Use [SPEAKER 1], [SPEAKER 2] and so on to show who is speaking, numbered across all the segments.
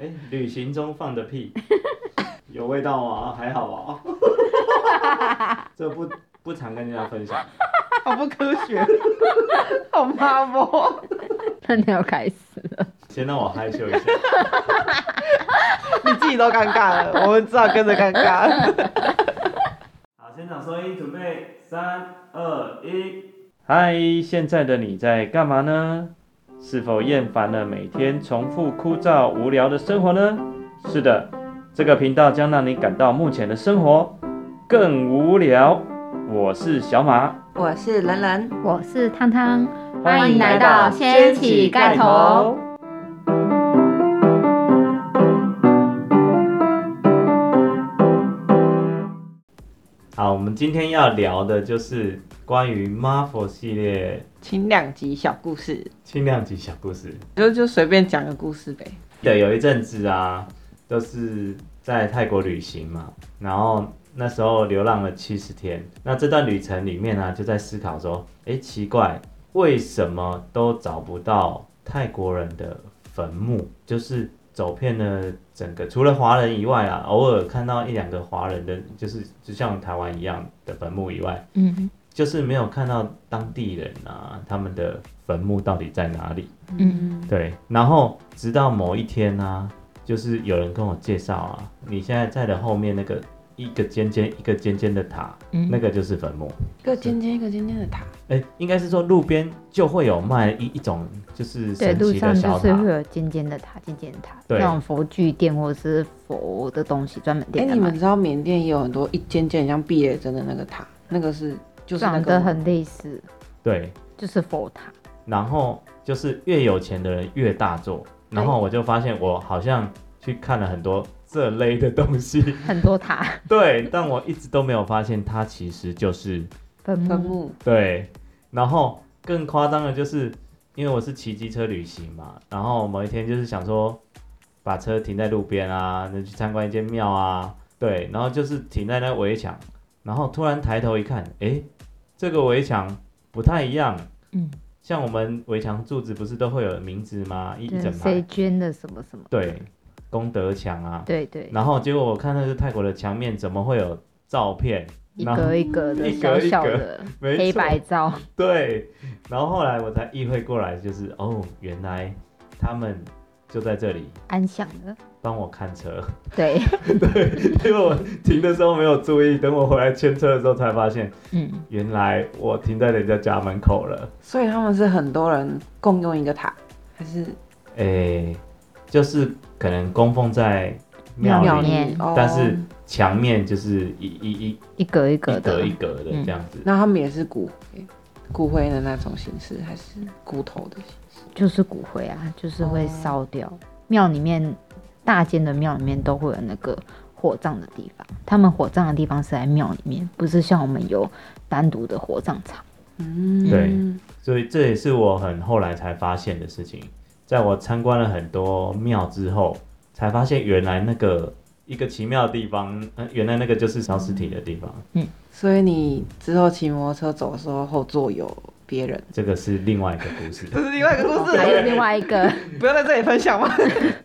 [SPEAKER 1] 哎、旅行中放的屁，有味道吗？啊还好吧、这不不常跟人家分享。
[SPEAKER 2] 好不科学， 好哦妈妈，
[SPEAKER 3] 那你要开始了。
[SPEAKER 1] 先让我害羞一下。
[SPEAKER 2] 你自己都尴尬了，我们只好跟着尴尬。
[SPEAKER 1] 好，现场收音，准备三二一。嗨，现在的你在干嘛呢？是否厌烦了每天重复枯燥无聊的生活呢？是的，这个频道将让你感到目前的生活更无聊。我是小马，
[SPEAKER 2] 我是人人，
[SPEAKER 3] 我是汤汤，
[SPEAKER 1] 欢迎来到
[SPEAKER 3] 掀
[SPEAKER 1] 起盖头。好，我们今天要聊的就是关于 Marvel 系列
[SPEAKER 2] 请两集小故事，
[SPEAKER 1] 轻量级小故事。
[SPEAKER 2] 就就随便讲个故事呗。
[SPEAKER 1] 对，有一阵子啊，都是在泰国旅行嘛，然后那时候流浪了七十天。那这段旅程里面呢、就在思考说，诶，奇怪，为什么都找不到泰国人的坟墓？就是走遍了整个，除了华人以外啊，偶尔看到一两个华人的，就是就像台湾一样的坟墓以外，
[SPEAKER 3] 嗯
[SPEAKER 1] 就是没有看到当地人啊，他们的坟墓到底在哪里？
[SPEAKER 3] 嗯，
[SPEAKER 1] 对，然后直到某一天呢、就是有人跟我介绍啊，你现在在的后面那个一个尖尖一个尖尖的塔，
[SPEAKER 3] 嗯
[SPEAKER 1] 那个就是坟墓。
[SPEAKER 2] 一个尖尖，一个尖尖的塔，
[SPEAKER 1] 哎，应该是说路边就会有卖一一种就是
[SPEAKER 3] 对，
[SPEAKER 1] 神
[SPEAKER 3] 路
[SPEAKER 1] 奇的
[SPEAKER 3] 上就
[SPEAKER 1] 小
[SPEAKER 3] 是
[SPEAKER 1] 塔
[SPEAKER 3] 会，有尖尖的塔，尖尖的塔，
[SPEAKER 1] 对
[SPEAKER 3] 那种佛具店或者是佛的东西专门
[SPEAKER 2] 哎、
[SPEAKER 3] 店在
[SPEAKER 2] 你
[SPEAKER 3] 卖
[SPEAKER 2] 们，知道缅甸也有很多一尖尖很像毕业针的那个塔，那个是就是那
[SPEAKER 3] 长
[SPEAKER 2] 个
[SPEAKER 3] 得很类似，
[SPEAKER 1] 对，
[SPEAKER 3] 就是佛塔。
[SPEAKER 1] 然后就是越有钱的人越大做，然后我就发现我好像去看了很多这类的东西，
[SPEAKER 3] 很多塔
[SPEAKER 1] 对，但我一直都没有发现它其实就是
[SPEAKER 3] 坟
[SPEAKER 2] 坟
[SPEAKER 3] 墓，
[SPEAKER 2] 墓，
[SPEAKER 1] 对，然后更夸张的就是，因为我是骑机车旅行嘛，然后某一天就是想说，把车停在路边啊，那去参观一间庙啊，对，然后就是停在那围墙，然后突然抬头一看，诶，这个围墙不太一样，
[SPEAKER 3] 嗯，
[SPEAKER 1] 像我们围墙柱子不是都会有名字吗？一一
[SPEAKER 3] 对，
[SPEAKER 1] 整
[SPEAKER 3] 谁
[SPEAKER 1] 排，
[SPEAKER 3] 捐的什么什么，
[SPEAKER 1] 对，功德墙啊，
[SPEAKER 3] 对对，
[SPEAKER 1] 然后结果我看那个泰国的墙面怎么会有照片？
[SPEAKER 3] 一
[SPEAKER 1] 然后
[SPEAKER 3] 格一格的
[SPEAKER 1] 一
[SPEAKER 3] 小
[SPEAKER 1] 格一
[SPEAKER 3] 小
[SPEAKER 1] 格
[SPEAKER 3] 的
[SPEAKER 1] 没
[SPEAKER 3] 黑
[SPEAKER 1] 错
[SPEAKER 3] 白照，
[SPEAKER 1] 对，然后后来我才意会过来，就是哦，原来他们就在这里
[SPEAKER 3] 安详的，
[SPEAKER 1] 帮我看车，
[SPEAKER 3] 对，
[SPEAKER 1] 因为我停的时候没有注意，等我回来牵车的时候才发现，
[SPEAKER 3] 嗯，
[SPEAKER 1] 原来我停在人家家门口了。
[SPEAKER 2] 所以他们是很多人共用一个塔，还是
[SPEAKER 1] 诶，哎就是可能供奉在庙
[SPEAKER 3] 庙
[SPEAKER 1] 里，
[SPEAKER 3] 里
[SPEAKER 2] 里？哦，
[SPEAKER 1] 但是墙面就是一一一一
[SPEAKER 3] 一格一格
[SPEAKER 1] 格
[SPEAKER 3] 的
[SPEAKER 1] 一，格的
[SPEAKER 3] 嗯
[SPEAKER 1] 这样子。
[SPEAKER 2] 那他们也是骨灰骨灰的那种形式，还是骨头的形式？
[SPEAKER 3] 就是骨灰啊，就是会
[SPEAKER 2] 哦
[SPEAKER 3] 烧掉。庙、里面大间的庙里面都会有那个火葬的地方，他们火葬的地方是在庙里面，不是像我们有单独的火葬场。
[SPEAKER 2] 嗯，
[SPEAKER 1] 对所以这也是我很后来才发现的事情。在我参观了很多庙之后，才发现原来那个一个奇妙的地方，呃，原来那个就是烧尸体的地方。
[SPEAKER 2] 所以你之后骑摩托车走的时候，后座有别人，哦
[SPEAKER 1] 这个是另外一个故事。
[SPEAKER 2] 这是另外一个故
[SPEAKER 3] 还有另外一个
[SPEAKER 2] 不要在这里分享吗？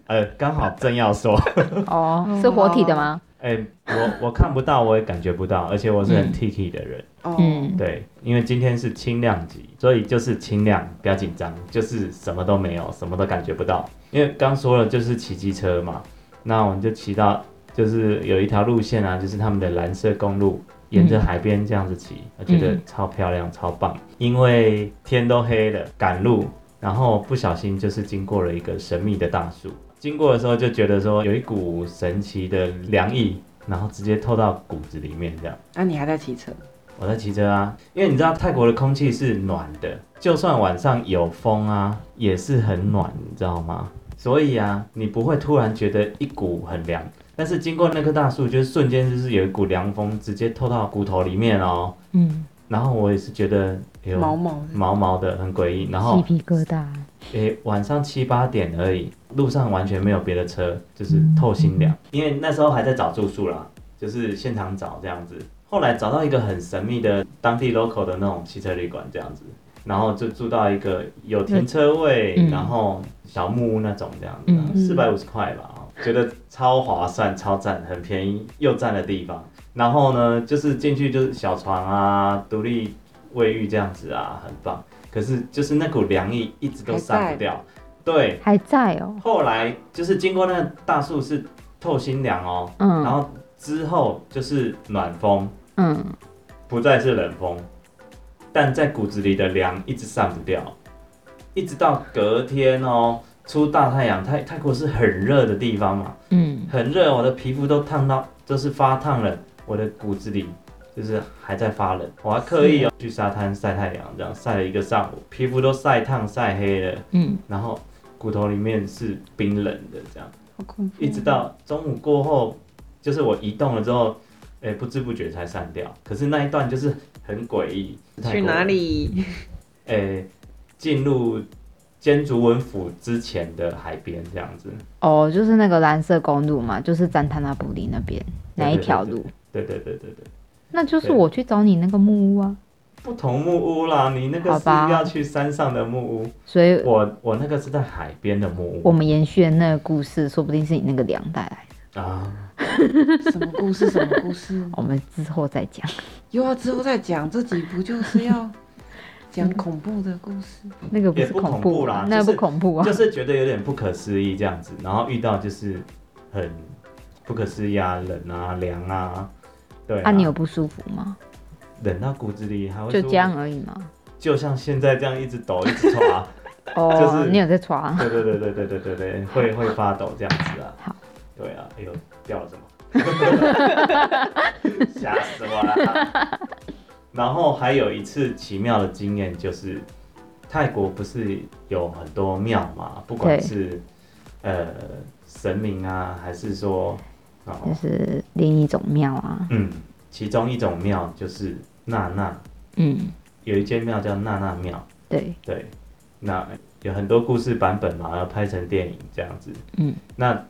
[SPEAKER 1] 呃，刚好正要说，
[SPEAKER 3] 哦，是活体的吗？
[SPEAKER 1] 哎、我我看不到，我也感觉不到，而且我是很
[SPEAKER 3] 嗯
[SPEAKER 1] T T 的人。
[SPEAKER 2] 哦，
[SPEAKER 3] 嗯，
[SPEAKER 1] 对，因为今天是轻量级，所以就是轻量，不要紧张，就是什么都没有，什么都感觉不到。因为刚说了，就是骑机车嘛，那我们就骑到，就是有一条路线啊，就是他们的蓝色公路，沿着海边这样子骑，我觉得
[SPEAKER 3] 嗯
[SPEAKER 1] 超漂亮、超棒。因为天都黑了，赶路，然后不小心就是经过了一个神秘的大树，经过的时候就觉得说有一股神奇的凉意，然后直接透到骨子里面这样。
[SPEAKER 2] 那啊你还在骑车？
[SPEAKER 1] 我在骑车啊，因为你知道泰国的空气是暖的，就算晚上有风啊，也是很暖，你知道吗？所以啊，你不会突然觉得一股很凉，但是经过那棵大树，就是瞬间就是有一股凉风直接透到骨头里面哦。
[SPEAKER 3] 嗯，
[SPEAKER 1] 然后我也是觉得，哎呦，
[SPEAKER 2] 毛毛的，
[SPEAKER 1] 毛毛的，很诡异。然后
[SPEAKER 3] 鸡皮疙瘩。
[SPEAKER 1] 诶、晚上七八点而已，路上完全没有别的车，就是
[SPEAKER 3] 嗯
[SPEAKER 1] 透心凉。因为那时候还在找住宿啦，就是现场找这样子。后来找到一个很神秘的当地 local 的那种汽车旅馆这样子，然后就住到一个有停车位，
[SPEAKER 3] 嗯
[SPEAKER 1] 然后小木屋那种这样
[SPEAKER 3] 嗯
[SPEAKER 1] 子，四百五十块吧，哦觉得超划算、超赞，很便宜又赞的地方。然后呢，就是进去就是小床啊、独立卫浴这样子啊，很棒。可是就是那股凉意一直都散不掉。对，
[SPEAKER 3] 还在哦，
[SPEAKER 1] 后来就是经过那个大树是透心凉哦，然
[SPEAKER 3] 嗯
[SPEAKER 1] 后之后就是暖风，
[SPEAKER 3] 嗯，
[SPEAKER 1] 不再是冷风，但在骨子里的凉一直散不掉，一直到隔天哦，出大太阳，泰泰国是很热的地方嘛，
[SPEAKER 3] 嗯，
[SPEAKER 1] 很热，我的皮肤都烫到，就是发烫了，我的骨子里就是还在发冷，我还刻意哦去沙滩晒太阳，这样晒了一个上午，皮肤都晒烫晒黑了，
[SPEAKER 3] 嗯，
[SPEAKER 1] 然后骨头里面是冰冷的这样。
[SPEAKER 2] 好恐怖，哦
[SPEAKER 1] 一直到中午过后，就是我移动了之后，哎、不知不觉才散掉。可是那一段就是很诡异。
[SPEAKER 2] 去哪？里？
[SPEAKER 1] 哎、进入尖竹文府之前的海边这样子。
[SPEAKER 3] 哦，就是那个蓝色公路嘛，就是赞叹那布里那边
[SPEAKER 1] 对
[SPEAKER 3] 哪一条路？？
[SPEAKER 1] 对对对对对对对，
[SPEAKER 3] 那就是
[SPEAKER 1] 对
[SPEAKER 3] 我去找你那个木屋啊，
[SPEAKER 1] 不同木屋啦，你那个
[SPEAKER 3] 好
[SPEAKER 1] 是
[SPEAKER 3] 吧
[SPEAKER 1] 要去山上的木屋，
[SPEAKER 3] 所以
[SPEAKER 1] 我我那个是在海边的木
[SPEAKER 3] 我
[SPEAKER 1] 屋
[SPEAKER 3] 们延续的那个故事，说不定是你那个梁带来的，
[SPEAKER 1] 啊。
[SPEAKER 2] 什么故事？什么故 事？
[SPEAKER 3] 我们之后再讲。
[SPEAKER 2] 又要之后再讲，这集不就是 要讲恐怖的故事？
[SPEAKER 3] 那个不
[SPEAKER 1] 也
[SPEAKER 3] 是
[SPEAKER 1] 不恐怖
[SPEAKER 3] 怖
[SPEAKER 1] 啦
[SPEAKER 3] 啊，
[SPEAKER 1] 就
[SPEAKER 3] 那
[SPEAKER 1] 是
[SPEAKER 3] 不恐怖啊，
[SPEAKER 1] 就是觉得有点不可思议这样子，然后遇到就是很不可思议啊，冷啊，凉啊，对
[SPEAKER 3] 啊，你有不舒服吗？
[SPEAKER 1] 冷到骨子里，还会
[SPEAKER 3] 就
[SPEAKER 1] 说
[SPEAKER 3] 这样，而已嘛。
[SPEAKER 1] 就像现在这样一直抖一直搓啊， 就
[SPEAKER 3] 哦
[SPEAKER 1] 是，
[SPEAKER 3] 你有在床？
[SPEAKER 1] 对对对对对对对对，会会发抖这样子啊。
[SPEAKER 3] 好，
[SPEAKER 1] 对啊，哎呦，掉了什 么？吓死我了。然后还有一次奇妙的经验就是，泰国不是有很多庙嘛，不管
[SPEAKER 3] 对
[SPEAKER 1] 是呃神明啊，还是说哦
[SPEAKER 3] 就是另一种庙啊，
[SPEAKER 1] 嗯，其中一种庙就是娜娜，
[SPEAKER 3] 嗯，
[SPEAKER 1] 有一间庙叫娜娜庙。
[SPEAKER 3] 对，
[SPEAKER 1] 对，那有很多故事版本嘛，然后拍成电影这样子。
[SPEAKER 3] 嗯，
[SPEAKER 1] 那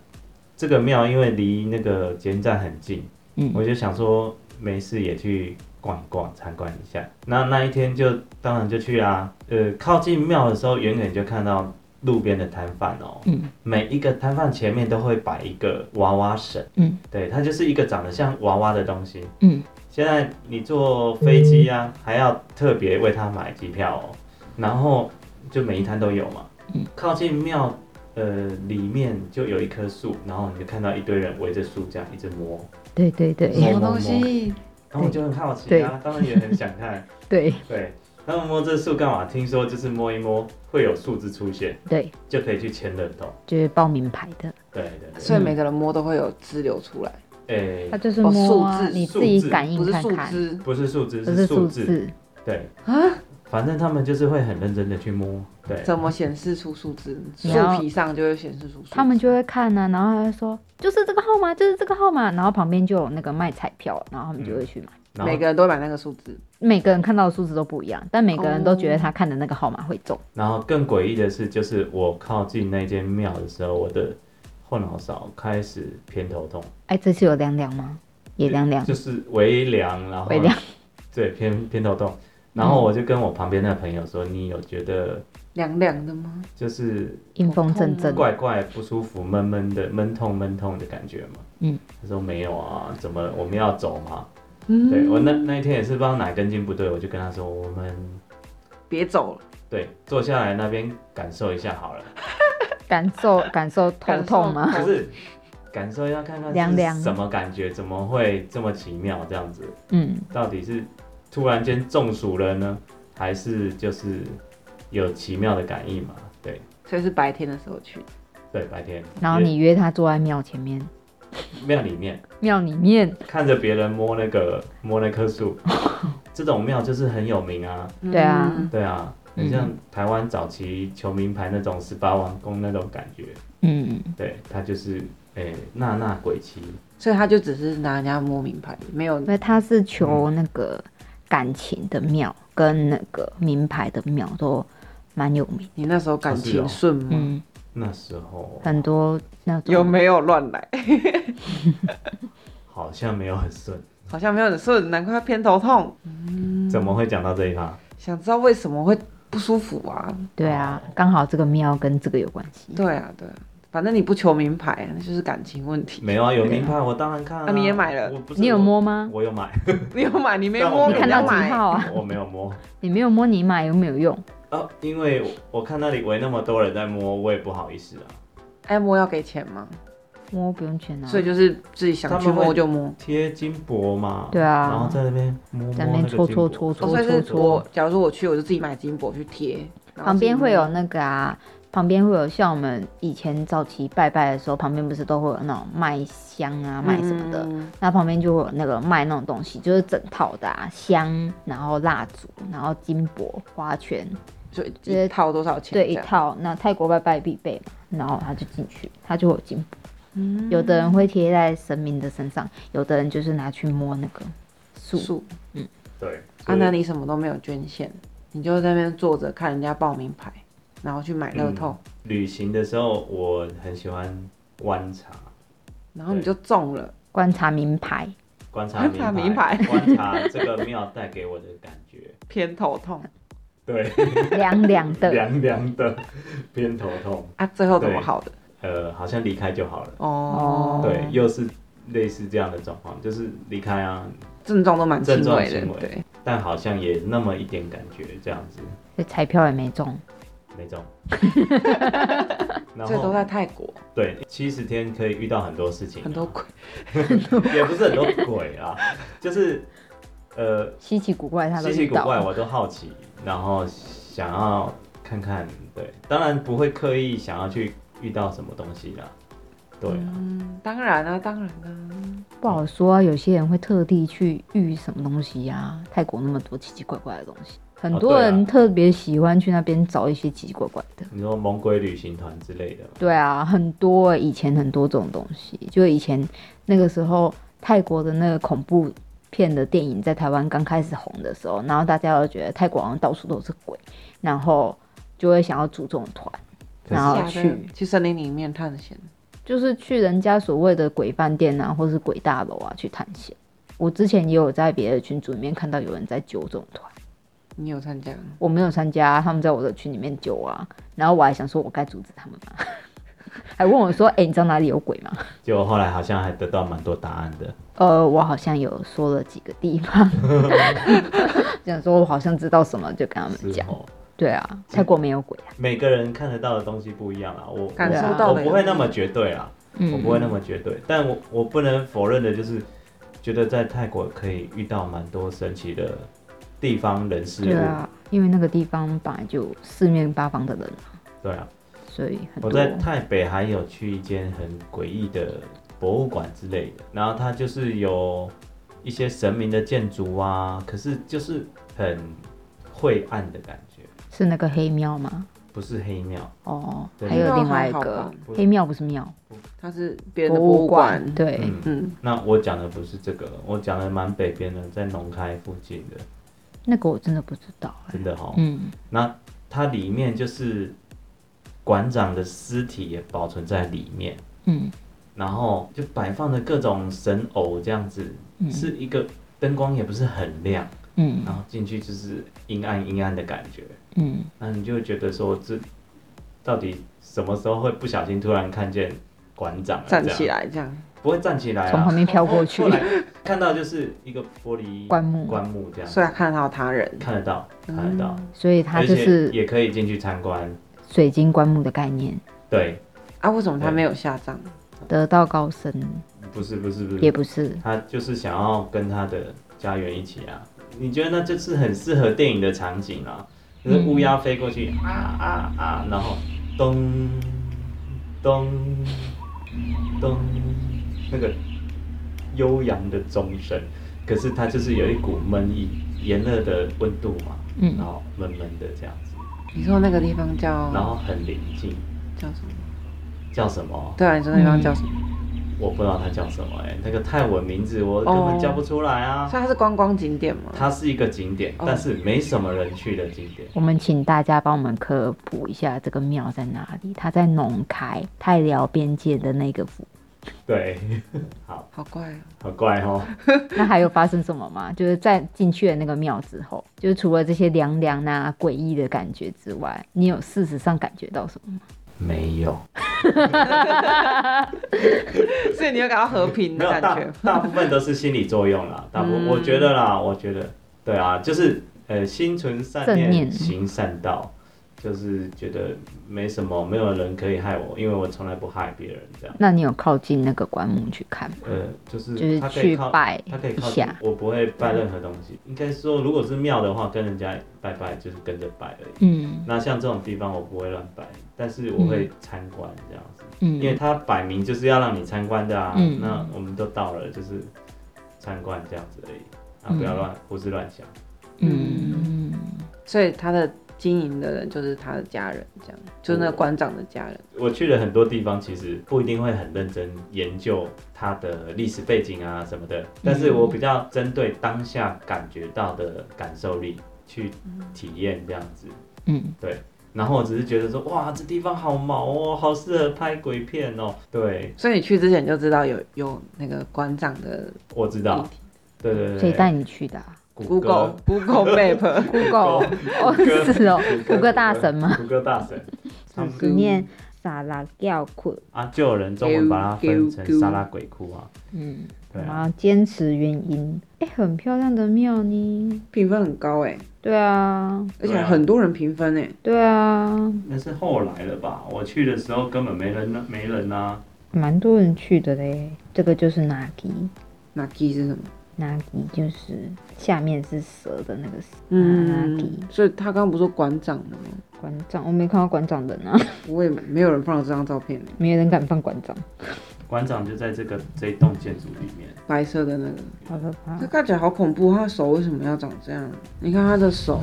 [SPEAKER 1] 这个庙因为离那个捷运站很近，
[SPEAKER 3] 嗯
[SPEAKER 1] 我就想说没事也去逛逛参观一下。那那一天就当然就去啦。呃，靠近庙的时候，远远就看到路边的摊贩哦，
[SPEAKER 3] 嗯
[SPEAKER 1] 每一个摊贩前面都会摆一个娃娃神，
[SPEAKER 3] 嗯
[SPEAKER 1] 对，它就是一个长得像娃娃的东西。
[SPEAKER 3] 嗯，
[SPEAKER 1] 现在你坐飞机啊，还要特别为他买机票哦。然后就每一摊都有嘛。
[SPEAKER 3] 嗯
[SPEAKER 1] 靠近庙呃里面就有一棵树，然后你就看到一堆人围着树这样一直摸。
[SPEAKER 3] 对对
[SPEAKER 1] 摸
[SPEAKER 2] 什
[SPEAKER 3] 对
[SPEAKER 2] 么东西？
[SPEAKER 1] 然后我就很好奇啊，当然也很想看。
[SPEAKER 3] 对
[SPEAKER 1] 对，他们摸这树干嘛？听说就是摸一摸会有树枝出现，
[SPEAKER 3] 对，
[SPEAKER 1] 就可以去牵乐透。
[SPEAKER 3] 就是报名牌的，
[SPEAKER 1] 对对对，
[SPEAKER 2] 所以每个人摸都会有支流出来，
[SPEAKER 1] 诶、
[SPEAKER 3] 它就是
[SPEAKER 2] 哦
[SPEAKER 3] 摸
[SPEAKER 2] 数
[SPEAKER 3] 啊，
[SPEAKER 2] 字
[SPEAKER 3] 你
[SPEAKER 1] 数
[SPEAKER 3] 自己
[SPEAKER 1] 字
[SPEAKER 3] 感
[SPEAKER 2] 不
[SPEAKER 3] 应
[SPEAKER 2] 是
[SPEAKER 3] 看
[SPEAKER 2] 树
[SPEAKER 3] 看，
[SPEAKER 2] 枝
[SPEAKER 1] 不是树枝，
[SPEAKER 3] 不是
[SPEAKER 1] 树
[SPEAKER 3] 数
[SPEAKER 1] 字。
[SPEAKER 3] 字，
[SPEAKER 1] 对，
[SPEAKER 2] 啊？
[SPEAKER 1] 反正他们就是会很认真的去摸。对，
[SPEAKER 2] 怎么显示出数字？树
[SPEAKER 3] 你要
[SPEAKER 2] 皮上就会显示出数字。
[SPEAKER 3] 他们就会看啊，然后他会说就是这个号码，就是这个号码，然后旁边就有那个卖彩票，然后他们
[SPEAKER 1] 嗯
[SPEAKER 3] 就会去买。
[SPEAKER 1] 然后
[SPEAKER 2] 每个人都会买那个数字，
[SPEAKER 3] 每个人看到的数字都不一样，但每个人都觉得
[SPEAKER 2] 哦
[SPEAKER 3] 他看的那个号码会中。
[SPEAKER 1] 然后更诡异的是，就是我靠近那间庙的时候，我的后脑勺开始偏头痛，
[SPEAKER 3] 哎，这次有凉凉吗？也凉凉，
[SPEAKER 1] 就是微凉，然后
[SPEAKER 3] 嗯微凉。
[SPEAKER 1] 对偏偏头痛。然后我就跟我旁边那个朋友说：“你有觉得
[SPEAKER 2] 凉凉的吗？
[SPEAKER 1] 就是
[SPEAKER 3] 阴风阵阵。
[SPEAKER 1] 怪怪、不舒服、闷闷的、闷痛、闷痛的感觉吗？”
[SPEAKER 3] 嗯，
[SPEAKER 1] 他说：“没有啊，怎么我们要走吗？”
[SPEAKER 2] 嗯，
[SPEAKER 1] 对我那那一天也是不知道哪根筋不对，我就跟他说：“我们
[SPEAKER 2] 别走了，
[SPEAKER 1] 对坐下来那边感受一下好了。”
[SPEAKER 3] 感受啊感受头痛吗？
[SPEAKER 1] 可是 感受一下看看是
[SPEAKER 3] 凉凉
[SPEAKER 1] 什么感觉，怎么会这么奇妙？这样子
[SPEAKER 3] 嗯，
[SPEAKER 1] 到底是突然间中暑了呢，还是就是有奇妙的感应嘛？对
[SPEAKER 2] 所以是白天的时候去，
[SPEAKER 1] 对，白天，
[SPEAKER 3] 然后你约他坐在庙前面，
[SPEAKER 1] 庙里面
[SPEAKER 3] 庙里面，
[SPEAKER 1] 看着别人摸那个摸那棵树，这种庙就是很有名啊，
[SPEAKER 3] 对啊
[SPEAKER 2] 嗯
[SPEAKER 1] 对啊。很像
[SPEAKER 3] 嗯
[SPEAKER 1] 台湾早期求名牌那种十八王宫那种感觉，
[SPEAKER 3] 嗯，
[SPEAKER 1] 对，它就是诶娜娜鬼妻，
[SPEAKER 2] 所以他就只是拿人家摸名牌，没有
[SPEAKER 3] 因为他是求那个感情的庙跟那个名牌的庙都蛮有名，
[SPEAKER 2] 你那时候感情顺吗？
[SPEAKER 3] 嗯，
[SPEAKER 1] 那时候
[SPEAKER 3] 很多那种
[SPEAKER 2] 有没有乱来？
[SPEAKER 1] 好像没有很顺，
[SPEAKER 2] 好像没有很顺，难怪偏头痛。
[SPEAKER 3] 嗯
[SPEAKER 1] 怎么会讲到这一趴？
[SPEAKER 2] 想知道为什么会不舒服啊？
[SPEAKER 3] 对啊，刚好这个庙跟这个有关系，
[SPEAKER 2] 对啊，对啊，反正你不求名牌，啊那就是感情问题。
[SPEAKER 1] 没有啊，有名牌我当然看啊。
[SPEAKER 2] 啊你也买了
[SPEAKER 1] 我不是
[SPEAKER 3] 你有？摸吗？
[SPEAKER 1] 我有买，
[SPEAKER 2] 你有买，你没
[SPEAKER 1] 但我
[SPEAKER 2] 摸，
[SPEAKER 3] 你
[SPEAKER 1] 没有
[SPEAKER 3] 看到
[SPEAKER 2] 人家买
[SPEAKER 3] 几号啊？
[SPEAKER 1] 我没有摸。
[SPEAKER 3] 你没有摸，你买有没有用？
[SPEAKER 1] 哦，因为我看那里围那么多人在摸，我也不好意思啊。
[SPEAKER 2] 哎，摸要给钱吗？
[SPEAKER 3] 摸不用钱啊。
[SPEAKER 2] 所以就是自己想去
[SPEAKER 1] 他们
[SPEAKER 2] 摸
[SPEAKER 1] 会
[SPEAKER 2] 就摸。
[SPEAKER 1] 贴金箔嘛，
[SPEAKER 3] 对啊
[SPEAKER 1] 然后在那边摸摸
[SPEAKER 3] 在那边
[SPEAKER 1] 那个
[SPEAKER 3] 搓
[SPEAKER 1] 金
[SPEAKER 3] 搓
[SPEAKER 1] 箔
[SPEAKER 3] 搓搓
[SPEAKER 2] 哦，所以
[SPEAKER 3] 搓
[SPEAKER 2] 是
[SPEAKER 3] 搓
[SPEAKER 2] 我，假如说我去，我就自己买金箔去贴，然后
[SPEAKER 3] 旁边
[SPEAKER 2] 自己摸
[SPEAKER 3] 会有那个啊，旁边会有像我们以前早期拜拜的时候，旁边不是都会有那种卖香啊、卖什么的，
[SPEAKER 2] 嗯
[SPEAKER 3] 那旁边就会有那个卖那种东西，就是整套的啊，香，然后蜡烛，然后金箔、花圈，
[SPEAKER 2] 所以
[SPEAKER 3] 直接
[SPEAKER 2] 一套多少钱？
[SPEAKER 3] 对，一
[SPEAKER 2] 这样。
[SPEAKER 3] 套。那泰国拜拜必备嘛，然后他就进去，他就会有金箔。
[SPEAKER 2] 嗯
[SPEAKER 3] 有的人会贴在神明的身上，有的人就是拿去摸那个树。
[SPEAKER 2] 素
[SPEAKER 1] 对，
[SPEAKER 2] 啊，
[SPEAKER 1] 所以
[SPEAKER 2] 那你什么都没有捐献，你就在那边坐着看人家报名牌，然后去买乐透，
[SPEAKER 1] 旅行的时候我很喜欢观察，
[SPEAKER 2] 然后你就中了。
[SPEAKER 3] 观察名牌，
[SPEAKER 1] 观察名牌，
[SPEAKER 2] 观察
[SPEAKER 1] 观察这个庙带给我的感 觉。
[SPEAKER 2] 偏头痛
[SPEAKER 1] 对，
[SPEAKER 3] 凉 凉的，
[SPEAKER 1] 凉凉的，偏头痛，
[SPEAKER 2] 啊，最后怎么
[SPEAKER 1] 对
[SPEAKER 2] 好的？
[SPEAKER 1] 呃，好像离开就好了。
[SPEAKER 2] 哦，
[SPEAKER 1] 对，，又是类似这样的状况，就是离开啊，
[SPEAKER 2] 症状都蛮轻
[SPEAKER 1] 症状
[SPEAKER 2] 微的
[SPEAKER 1] 轻，微
[SPEAKER 2] 对，
[SPEAKER 1] 但好像也那么一点感觉这样子，
[SPEAKER 3] 所以彩票也没中。
[SPEAKER 1] 那 种。然
[SPEAKER 2] 这都
[SPEAKER 1] 后
[SPEAKER 2] 在泰国，
[SPEAKER 1] 对，七十天可以遇到很多事情啊、
[SPEAKER 2] 很多鬼，
[SPEAKER 1] 也不是很多鬼啊，就是呃
[SPEAKER 3] 稀奇古怪，他都
[SPEAKER 1] 稀奇
[SPEAKER 3] 遇
[SPEAKER 1] 古
[SPEAKER 3] 到
[SPEAKER 1] 怪，我都好奇，然后想要看看，对，当然不会刻意想要去遇到什么东西啦，对啊，
[SPEAKER 2] 嗯，当然啊，当然啊，
[SPEAKER 3] 不好说啊。有些人会特地去遇什么东西呀、啊？泰国那么多奇奇怪怪的东西，很多
[SPEAKER 1] 对啊
[SPEAKER 3] 人特别喜欢去那边找一些奇奇怪怪的。
[SPEAKER 1] 你说猛鬼旅行团之类的嘛，
[SPEAKER 3] 对啊，很多欸以前很多这种东西，就以前那个时候泰国的那个恐怖片的电影在台湾刚开始红的时候，然后大家都觉得泰国好像到处都是鬼，然后就会想要组这种团，
[SPEAKER 1] 可
[SPEAKER 3] 然后
[SPEAKER 1] 是
[SPEAKER 2] 下
[SPEAKER 3] 去
[SPEAKER 2] 次去森林里面探险，
[SPEAKER 3] 就是去人家所谓的鬼饭店啊，或是鬼大楼啊去探险。我之前也有在别的群组里面看到有人在揪这种团，
[SPEAKER 2] 你有参加？
[SPEAKER 3] 我没有参加，他们在我的群里面揪啊，然后我还想说我该阻止他们吗？ 还问我说：“哎、你知道哪里有鬼吗？”
[SPEAKER 1] 结果后来好像还得到蛮多答案的，
[SPEAKER 3] 呃，我好像有说了几个地方， 想说我好像知道什么，就跟他们
[SPEAKER 1] 之
[SPEAKER 3] 讲。
[SPEAKER 1] 后
[SPEAKER 3] 对啊，泰国没有鬼啊。
[SPEAKER 1] 每个人看得到的东西不一样啦，啊我
[SPEAKER 2] 感
[SPEAKER 1] 我
[SPEAKER 3] 受
[SPEAKER 1] 不
[SPEAKER 2] 到
[SPEAKER 1] 我不
[SPEAKER 2] 的也
[SPEAKER 1] 会
[SPEAKER 2] 不
[SPEAKER 1] 那
[SPEAKER 2] 一
[SPEAKER 1] 么
[SPEAKER 2] 样
[SPEAKER 1] 绝对啦，我
[SPEAKER 3] 嗯，
[SPEAKER 1] 不会那么绝对，但我我不能否认的就是，觉得在泰国可以遇到蛮多神奇的地方人事物，
[SPEAKER 3] 对啊，因为那个地方本来就四面八方的人，
[SPEAKER 1] 对啊，
[SPEAKER 3] 所以很
[SPEAKER 1] 我
[SPEAKER 3] 多。
[SPEAKER 1] 在台北还有去一间很诡异的博物馆之类的，然后它就是有一些神明的建筑啊，可是就是很晦暗的感觉，
[SPEAKER 3] 是那个黑庙吗？
[SPEAKER 1] 不是黑庙，
[SPEAKER 3] 哦，
[SPEAKER 1] 对
[SPEAKER 3] 还有另外
[SPEAKER 2] 黑啊庙还
[SPEAKER 3] 一
[SPEAKER 2] 好
[SPEAKER 3] 个
[SPEAKER 2] 吧
[SPEAKER 1] 不
[SPEAKER 3] 黑庙不是庙，
[SPEAKER 2] 它是别人
[SPEAKER 3] 博
[SPEAKER 2] 的博物馆，
[SPEAKER 3] 馆。对，
[SPEAKER 1] 嗯，
[SPEAKER 2] 嗯，
[SPEAKER 1] 那我讲的不是这个，我讲的蛮北边的，在农开附近的，
[SPEAKER 3] 那个我真的不知道欸。
[SPEAKER 1] 真的哈、
[SPEAKER 3] 嗯，
[SPEAKER 1] 那它里面就是馆长的尸体也保存在里面，
[SPEAKER 3] 嗯
[SPEAKER 1] 然后就摆放的各种神偶这样子，
[SPEAKER 3] 嗯
[SPEAKER 1] 是一个灯光也不是很亮。
[SPEAKER 3] 嗯
[SPEAKER 1] 然后进去就是阴暗阴暗的感觉，
[SPEAKER 3] 嗯，
[SPEAKER 1] 那你就会觉得说这到底什么时候会不小心突然看见馆长啊
[SPEAKER 2] 站
[SPEAKER 1] 这
[SPEAKER 2] 起，
[SPEAKER 1] 样
[SPEAKER 2] 来这样，
[SPEAKER 1] 不会站起来、啊，
[SPEAKER 3] 从旁边飘过去
[SPEAKER 1] 后来看到就是一个玻璃
[SPEAKER 3] 棺木
[SPEAKER 1] 棺木这样，
[SPEAKER 2] 所以看到他人，嗯
[SPEAKER 1] 看得到看得到，
[SPEAKER 3] 所以嗯它
[SPEAKER 1] 而
[SPEAKER 3] 就
[SPEAKER 1] 且
[SPEAKER 3] 是
[SPEAKER 1] 也可以进去参观，
[SPEAKER 3] 水晶棺木的概念，
[SPEAKER 1] 对，
[SPEAKER 2] 啊，为什么他没有下
[SPEAKER 1] 嗯
[SPEAKER 2] 葬？
[SPEAKER 3] 得道高僧
[SPEAKER 1] 不是不是不
[SPEAKER 3] 也
[SPEAKER 1] 是，
[SPEAKER 3] 不是。
[SPEAKER 1] 他就是想要跟他的家园一起啊，你觉得那就是很适合电影的场景啊，就是乌鸦飞过去
[SPEAKER 3] 嗯
[SPEAKER 1] 啊啊啊，然后咚咚咚，那个悠扬的钟声，可是它就是有一股闷意、炎热的温度嘛，
[SPEAKER 3] 嗯
[SPEAKER 1] 然后闷闷的这样子，
[SPEAKER 2] 你说那个地方叫
[SPEAKER 1] 然后很宁静，
[SPEAKER 2] 叫什么？
[SPEAKER 1] 叫什么？
[SPEAKER 2] 对啊，你说那地方叫什么？
[SPEAKER 1] 我不知道它叫什么哎、那个泰文名字我根
[SPEAKER 3] 哦
[SPEAKER 1] 本叫不出来啊。
[SPEAKER 2] 所以它是观光景点吗？
[SPEAKER 1] 它是一个景点，
[SPEAKER 2] 哦
[SPEAKER 1] 但是没什么人去的景点。
[SPEAKER 3] 我们请大家帮我们科普一下这个庙在哪里？它在农开泰辽边界的那个 府。
[SPEAKER 1] 对，
[SPEAKER 2] 好怪哦，
[SPEAKER 1] 好怪哦。
[SPEAKER 3] 那还有发生什么吗？就是在进去的那个庙之后，就是除了这些凉凉啊、诡异的感觉之外，你有事实上感觉到什么吗？
[SPEAKER 1] 没有，
[SPEAKER 2] 所以你又感到和平
[SPEAKER 1] 没
[SPEAKER 2] 的
[SPEAKER 1] 有
[SPEAKER 2] 感
[SPEAKER 1] 大
[SPEAKER 2] 觉。
[SPEAKER 1] 大部分都是心理作用 啦，大部分、
[SPEAKER 2] 嗯
[SPEAKER 1] 我觉得啦，我觉得对啊，就是呃心存善
[SPEAKER 3] 正
[SPEAKER 1] 念，
[SPEAKER 3] 念
[SPEAKER 1] 行善道，就是觉得没什么，没有人可以害我，因为我从来不害别人这样。
[SPEAKER 3] 那你有靠近那个棺木去看吗？
[SPEAKER 1] 呃，就是
[SPEAKER 3] 就是
[SPEAKER 1] 他可以
[SPEAKER 3] 去
[SPEAKER 1] 靠
[SPEAKER 3] 拜
[SPEAKER 1] 他可以
[SPEAKER 3] 一
[SPEAKER 1] 靠近
[SPEAKER 3] 下，
[SPEAKER 1] 我不会拜任何东西。应该说，如果是庙的话，跟人家拜拜就是跟着拜而已。
[SPEAKER 3] 嗯
[SPEAKER 1] 那像这种地方我不会乱拜，但是我会参观这样子，因为
[SPEAKER 3] 嗯
[SPEAKER 1] 它摆明就是要让你参观的啊。
[SPEAKER 3] 嗯
[SPEAKER 1] 那我们都到了，就是参观这样子而已，啊，不要乱胡思乱想。
[SPEAKER 3] 嗯，
[SPEAKER 2] 所以他的经营的人就是他的家人，这样，就是那个馆长的家人。
[SPEAKER 1] 我去了很多地方，其实不一定会很认真研究它的历史背景啊什么的，但是我比较针对当下感觉到的感受力去体验这样子。
[SPEAKER 3] 嗯，
[SPEAKER 1] 然后我只是觉得说，哇，这地方好毛哦，好适合拍鬼片哦。对，
[SPEAKER 2] 所以你去之前就知道有有那个馆长的
[SPEAKER 1] 我知
[SPEAKER 2] 嗯
[SPEAKER 1] 道，对对对。
[SPEAKER 3] 谁带你去的啊
[SPEAKER 1] 谷歌
[SPEAKER 2] Google Google Map，
[SPEAKER 3] ？Google 哦，
[SPEAKER 1] 歌
[SPEAKER 3] 是哦，谷歌大神吗？？
[SPEAKER 1] 谷歌大神，他们
[SPEAKER 3] 是念萨拉吊库，
[SPEAKER 1] 啊，就有人中文把它分成沙拉鬼窟啊。
[SPEAKER 3] 嗯，
[SPEAKER 1] 对
[SPEAKER 3] 然
[SPEAKER 1] 啊，
[SPEAKER 3] 后坚持原因，哎、很漂亮的庙呢。
[SPEAKER 2] 评分很高哎，
[SPEAKER 3] 对啊，
[SPEAKER 2] 而且
[SPEAKER 1] 对啊
[SPEAKER 2] 很多人评分哎，
[SPEAKER 3] 对啊，
[SPEAKER 1] 那是后来了吧？我去的时候根本没人，没人啊。
[SPEAKER 3] 蛮多人去的嘞。这个就是 nagi。
[SPEAKER 2] 那 G 是什么？
[SPEAKER 3] nagi 就是下面是蛇的那个蛇
[SPEAKER 2] 嗯
[SPEAKER 3] nagi，
[SPEAKER 2] 所以他刚刚不是说馆长的吗？
[SPEAKER 3] 馆长，我没看到馆长人啊，
[SPEAKER 2] 我也没没有人放了这张照片呢，欸
[SPEAKER 3] 没有人敢放馆长，
[SPEAKER 1] 馆长就在这个这一栋建筑里面，
[SPEAKER 2] 白色的那个，
[SPEAKER 3] 好可怕
[SPEAKER 2] 他。看起来好恐怖，他的手为什么要长这样？你看他的手，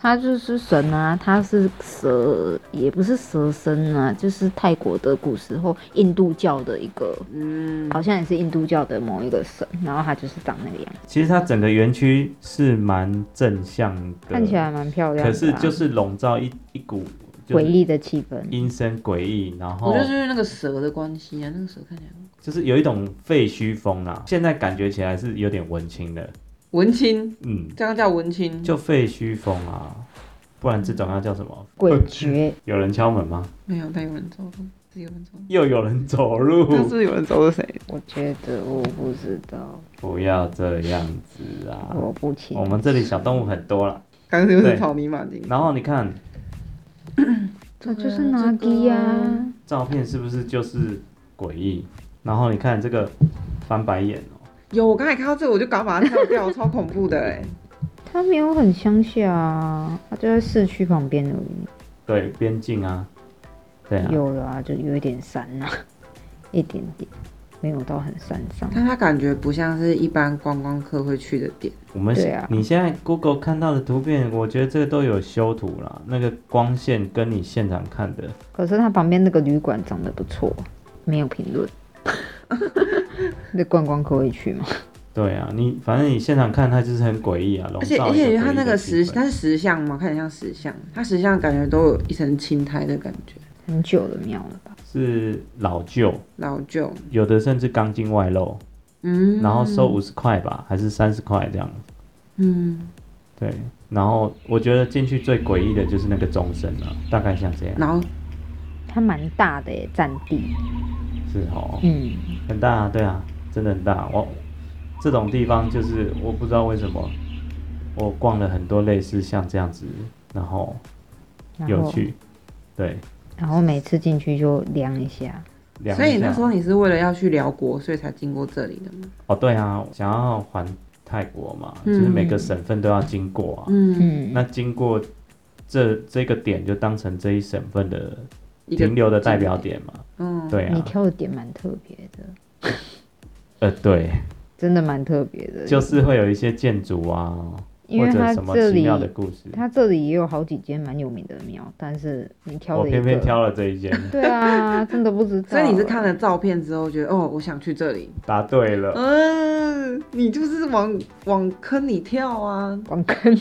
[SPEAKER 3] 他就是神啊，他是蛇，也不是蛇身啊，就是泰国的古时候印度教的一个，
[SPEAKER 2] 嗯，
[SPEAKER 3] 好像也是印度教的某一个神，然后他就是长那个样子，
[SPEAKER 1] 其实它整个园区是蛮正向的，
[SPEAKER 3] 看起来蛮漂亮的、
[SPEAKER 1] 可
[SPEAKER 3] 啊，
[SPEAKER 1] 是就是笼罩一一股就
[SPEAKER 3] 诡
[SPEAKER 1] 是
[SPEAKER 3] 异的气氛。
[SPEAKER 1] 阴森诡异，然后
[SPEAKER 2] 我就是因为那个蛇的关系啊，那个蛇看起来很
[SPEAKER 1] 就是有一种废墟风啦、现在感觉起来是有点文青的，
[SPEAKER 2] 文青，
[SPEAKER 1] 嗯，
[SPEAKER 2] 这样叫文青，
[SPEAKER 1] 就废墟风啊，不然这种要叫什么？
[SPEAKER 3] 诡谲，
[SPEAKER 1] 有人敲门吗？
[SPEAKER 2] 没有，他有人走路，是有人走路，
[SPEAKER 1] 又有人走
[SPEAKER 2] 那是
[SPEAKER 1] 路，
[SPEAKER 2] 不是有人走路谁？
[SPEAKER 3] 我觉得我不知道，
[SPEAKER 1] 不要这样子啊！
[SPEAKER 3] 我不清楚。
[SPEAKER 1] 我们这里小动物很多了，
[SPEAKER 2] 刚刚是不
[SPEAKER 1] 对
[SPEAKER 2] 是草泥马精？
[SPEAKER 1] 然后你看
[SPEAKER 3] 这就是拿基啊呀、
[SPEAKER 1] 照片是不是就是诡异？然后你看这个翻白眼哦、
[SPEAKER 2] 有，我刚才看到这个我就赶快把它跳掉，超恐怖 的哎！
[SPEAKER 3] 它没有很乡下啊，它就在市区旁边而已。
[SPEAKER 1] 对，边境啊，对啊，
[SPEAKER 3] 有了啊，就有一点山呐、啊一点点，没有到很山上。
[SPEAKER 2] 但它感觉不像是一般观光客会去的点，
[SPEAKER 1] 我们
[SPEAKER 3] 对啊
[SPEAKER 1] 你现在 Google 看到的图片，我觉得这个都有修图啦，那个光线跟你现场看的
[SPEAKER 3] 可是它旁边那个旅馆长得不错，没有评 论。那观光客会去吗？
[SPEAKER 1] 对啊，你反正你现场看它就是很诡异啊，笼
[SPEAKER 2] 而且
[SPEAKER 1] 罩
[SPEAKER 2] 而
[SPEAKER 1] 一
[SPEAKER 2] 且
[SPEAKER 1] 个
[SPEAKER 2] 它
[SPEAKER 1] 诡异
[SPEAKER 2] 那
[SPEAKER 1] 的
[SPEAKER 2] 个
[SPEAKER 1] 气
[SPEAKER 2] 石，
[SPEAKER 1] 氛
[SPEAKER 2] 它是石像吗？看起来像石像，它石像感觉都有一层青苔的感觉，
[SPEAKER 3] 很久的庙了吧？
[SPEAKER 1] 是老旧，
[SPEAKER 2] 老旧，
[SPEAKER 1] 有的甚至钢筋外露，
[SPEAKER 2] 嗯，
[SPEAKER 1] 然后收五十块吧，还是三十块这样，
[SPEAKER 2] 嗯，
[SPEAKER 1] 对。然后我觉得进去最诡异的就是那个钟声了，大概像这样，
[SPEAKER 2] 然后
[SPEAKER 3] 它蛮大的耶，占地。
[SPEAKER 1] 是哦，
[SPEAKER 3] 嗯，
[SPEAKER 1] 很大啊，对啊，真的很大。我这种地方就是我不知道为什么，我逛了很多类似像这样子，然后
[SPEAKER 3] 然
[SPEAKER 1] 有
[SPEAKER 3] 后
[SPEAKER 1] 趣，对，
[SPEAKER 3] 然后每次进去就量一下，
[SPEAKER 1] 量一
[SPEAKER 2] 所以那
[SPEAKER 1] 下
[SPEAKER 2] 时候你是为了要去辽国，所以才经过这里的吗？
[SPEAKER 1] 哦，对啊，想要还泰国嘛，就
[SPEAKER 2] 嗯
[SPEAKER 1] 是每个省份都要经过啊。
[SPEAKER 2] 嗯，
[SPEAKER 3] 嗯，
[SPEAKER 1] 那经过这这个点，就当成这一省份的
[SPEAKER 2] 一个
[SPEAKER 1] 停留的代表点嘛。
[SPEAKER 2] 嗯，
[SPEAKER 1] 对
[SPEAKER 3] 你
[SPEAKER 1] 啊，
[SPEAKER 3] 挑的点蛮特别的，
[SPEAKER 1] 呃，对，
[SPEAKER 3] 真的蛮特别的，
[SPEAKER 1] 就是会有一些建筑啊，
[SPEAKER 3] 因为
[SPEAKER 1] 或
[SPEAKER 3] 它
[SPEAKER 1] 者什么
[SPEAKER 3] 这
[SPEAKER 1] 奇
[SPEAKER 3] 里
[SPEAKER 1] 妙的故事。
[SPEAKER 3] 它这里也有好几间蛮有名的庙，但是你挑
[SPEAKER 1] 我
[SPEAKER 3] 了一个，
[SPEAKER 1] 偏偏挑了这一间，
[SPEAKER 3] 对啊，真的不知道，
[SPEAKER 2] 所以你是
[SPEAKER 1] 嗯
[SPEAKER 2] 看了照片之后觉得哦，我想去这里，
[SPEAKER 1] 答对 了。
[SPEAKER 2] 嗯，你就是往往坑里跳啊，
[SPEAKER 3] 广坑，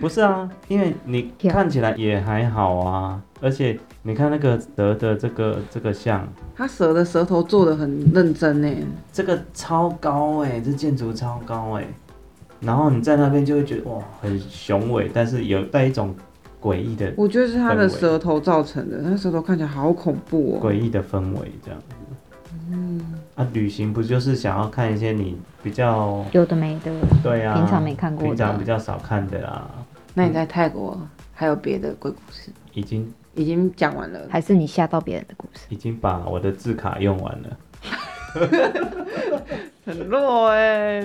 [SPEAKER 1] 不是啊，因为你
[SPEAKER 3] 跳
[SPEAKER 1] 看起来也还好啊，而且你看那个德的这个这个像，
[SPEAKER 2] 他蛇的舌头做的很认真欸呢，
[SPEAKER 1] 这个超高哎、这建筑超欸高哎、然后你在那边就会觉得哇，很雄伟，但是有带一种诡异的
[SPEAKER 2] 我觉得是他的
[SPEAKER 1] 氛围
[SPEAKER 2] 舌头造成的，他舌头看起来好恐怖哦。
[SPEAKER 1] 诡异的氛围这样子。
[SPEAKER 3] 嗯
[SPEAKER 1] 啊，旅行不就是想要看一些你比较
[SPEAKER 3] 有的没的，
[SPEAKER 1] 对啊，
[SPEAKER 3] 平常没看过的
[SPEAKER 1] 平常比较少看的啊，
[SPEAKER 2] 那你在泰国还有别的鬼故事？
[SPEAKER 1] 已经
[SPEAKER 2] 已经讲完了，
[SPEAKER 3] 还是你吓到别人的故事。
[SPEAKER 1] 已经把我的字卡用完了。
[SPEAKER 2] 很弱哎、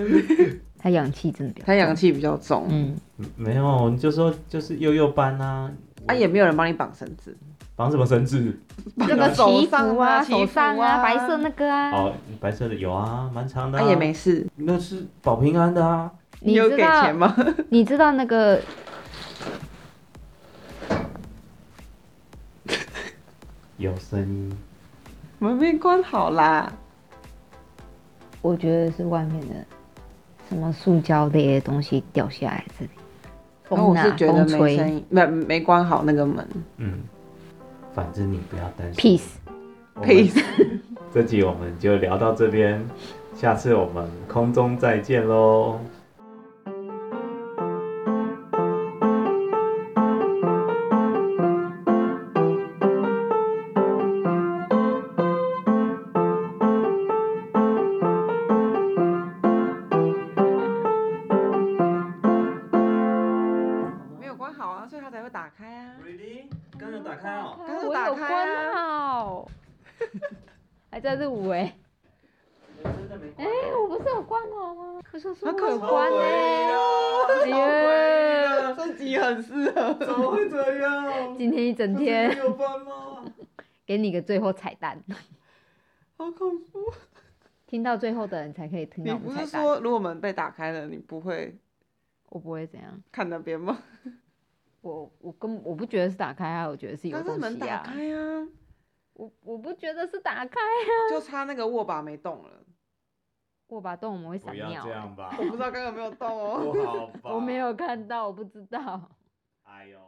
[SPEAKER 3] 他阳气真的比较重
[SPEAKER 2] 他阳，气比较重，
[SPEAKER 3] 嗯，
[SPEAKER 1] 嗯没有，你就说就是幼幼班啊，
[SPEAKER 2] 啊也没有人帮你绑绳子，
[SPEAKER 1] 绑什么绳子？
[SPEAKER 2] 绑
[SPEAKER 3] 那个
[SPEAKER 2] 在手
[SPEAKER 3] 祈
[SPEAKER 2] 上
[SPEAKER 3] 福啊，
[SPEAKER 2] 祈
[SPEAKER 3] 手
[SPEAKER 2] 福
[SPEAKER 3] 上啊，白色，那个啊，
[SPEAKER 1] 哦，白色的有啊，蛮长的、
[SPEAKER 2] 啊也，没事。
[SPEAKER 1] 那是保平安的啊。
[SPEAKER 3] 你
[SPEAKER 2] 有
[SPEAKER 3] 知
[SPEAKER 2] 给
[SPEAKER 3] 道
[SPEAKER 2] 钱吗？
[SPEAKER 3] 你知道那个
[SPEAKER 1] 有声音，
[SPEAKER 2] 门被关好啦。
[SPEAKER 3] 我觉得是外面的什么塑胶类的东西掉下来这里，
[SPEAKER 2] 然后哦我
[SPEAKER 3] 风
[SPEAKER 2] 是
[SPEAKER 3] 啊，
[SPEAKER 2] 觉得
[SPEAKER 3] 风
[SPEAKER 2] 没声
[SPEAKER 3] 吹
[SPEAKER 2] 音，没没关好那个门。
[SPEAKER 1] 嗯，反正你不要担心。
[SPEAKER 3] ，peace。
[SPEAKER 1] 我们
[SPEAKER 2] Peace，
[SPEAKER 1] 这集我们就聊到这边，下次我们空中再见喽。
[SPEAKER 2] 没有关好啊，所以它才会打开啊。
[SPEAKER 1] Ready，刚有打开哦。
[SPEAKER 2] 刚刚
[SPEAKER 3] 我
[SPEAKER 2] 打
[SPEAKER 3] 有
[SPEAKER 2] 开啊
[SPEAKER 3] 关好，还在这舞哎、
[SPEAKER 1] 我真的没
[SPEAKER 3] 哎、我不是有关好吗？我想说
[SPEAKER 2] 啊
[SPEAKER 3] 我
[SPEAKER 2] 可
[SPEAKER 3] 有关呢、啊
[SPEAKER 1] 哎
[SPEAKER 3] 耶！
[SPEAKER 2] 这集很适合。
[SPEAKER 1] 怎么会这样？
[SPEAKER 3] 今天一整
[SPEAKER 1] 不
[SPEAKER 3] 天
[SPEAKER 1] 是，没有班吗？
[SPEAKER 3] 给你个最后彩蛋，
[SPEAKER 2] 好恐怖！
[SPEAKER 3] 听到最后的人才可以听
[SPEAKER 2] 你
[SPEAKER 3] 到我
[SPEAKER 2] 不
[SPEAKER 3] 们
[SPEAKER 2] 是
[SPEAKER 3] 彩蛋。
[SPEAKER 2] 说如果门被打开了，你不会
[SPEAKER 3] 我不会怎样，
[SPEAKER 2] 看那边吗？
[SPEAKER 3] 我我根我不觉得是打开啊，我觉得是有
[SPEAKER 2] 刚
[SPEAKER 3] 东
[SPEAKER 2] 是门
[SPEAKER 3] 西
[SPEAKER 2] 打
[SPEAKER 3] 啊。
[SPEAKER 2] 开啊，
[SPEAKER 3] 我我不觉得是打开，
[SPEAKER 2] 就差那个握把没动了。
[SPEAKER 3] 我把洞我们会闪
[SPEAKER 1] 不要
[SPEAKER 3] 尿
[SPEAKER 1] 这
[SPEAKER 3] 欸、
[SPEAKER 1] 样吧
[SPEAKER 2] 我，不知道刚刚有没有动哦。
[SPEAKER 1] 不好吧？
[SPEAKER 3] 我没。有看到，我不知道。
[SPEAKER 1] 哎呦。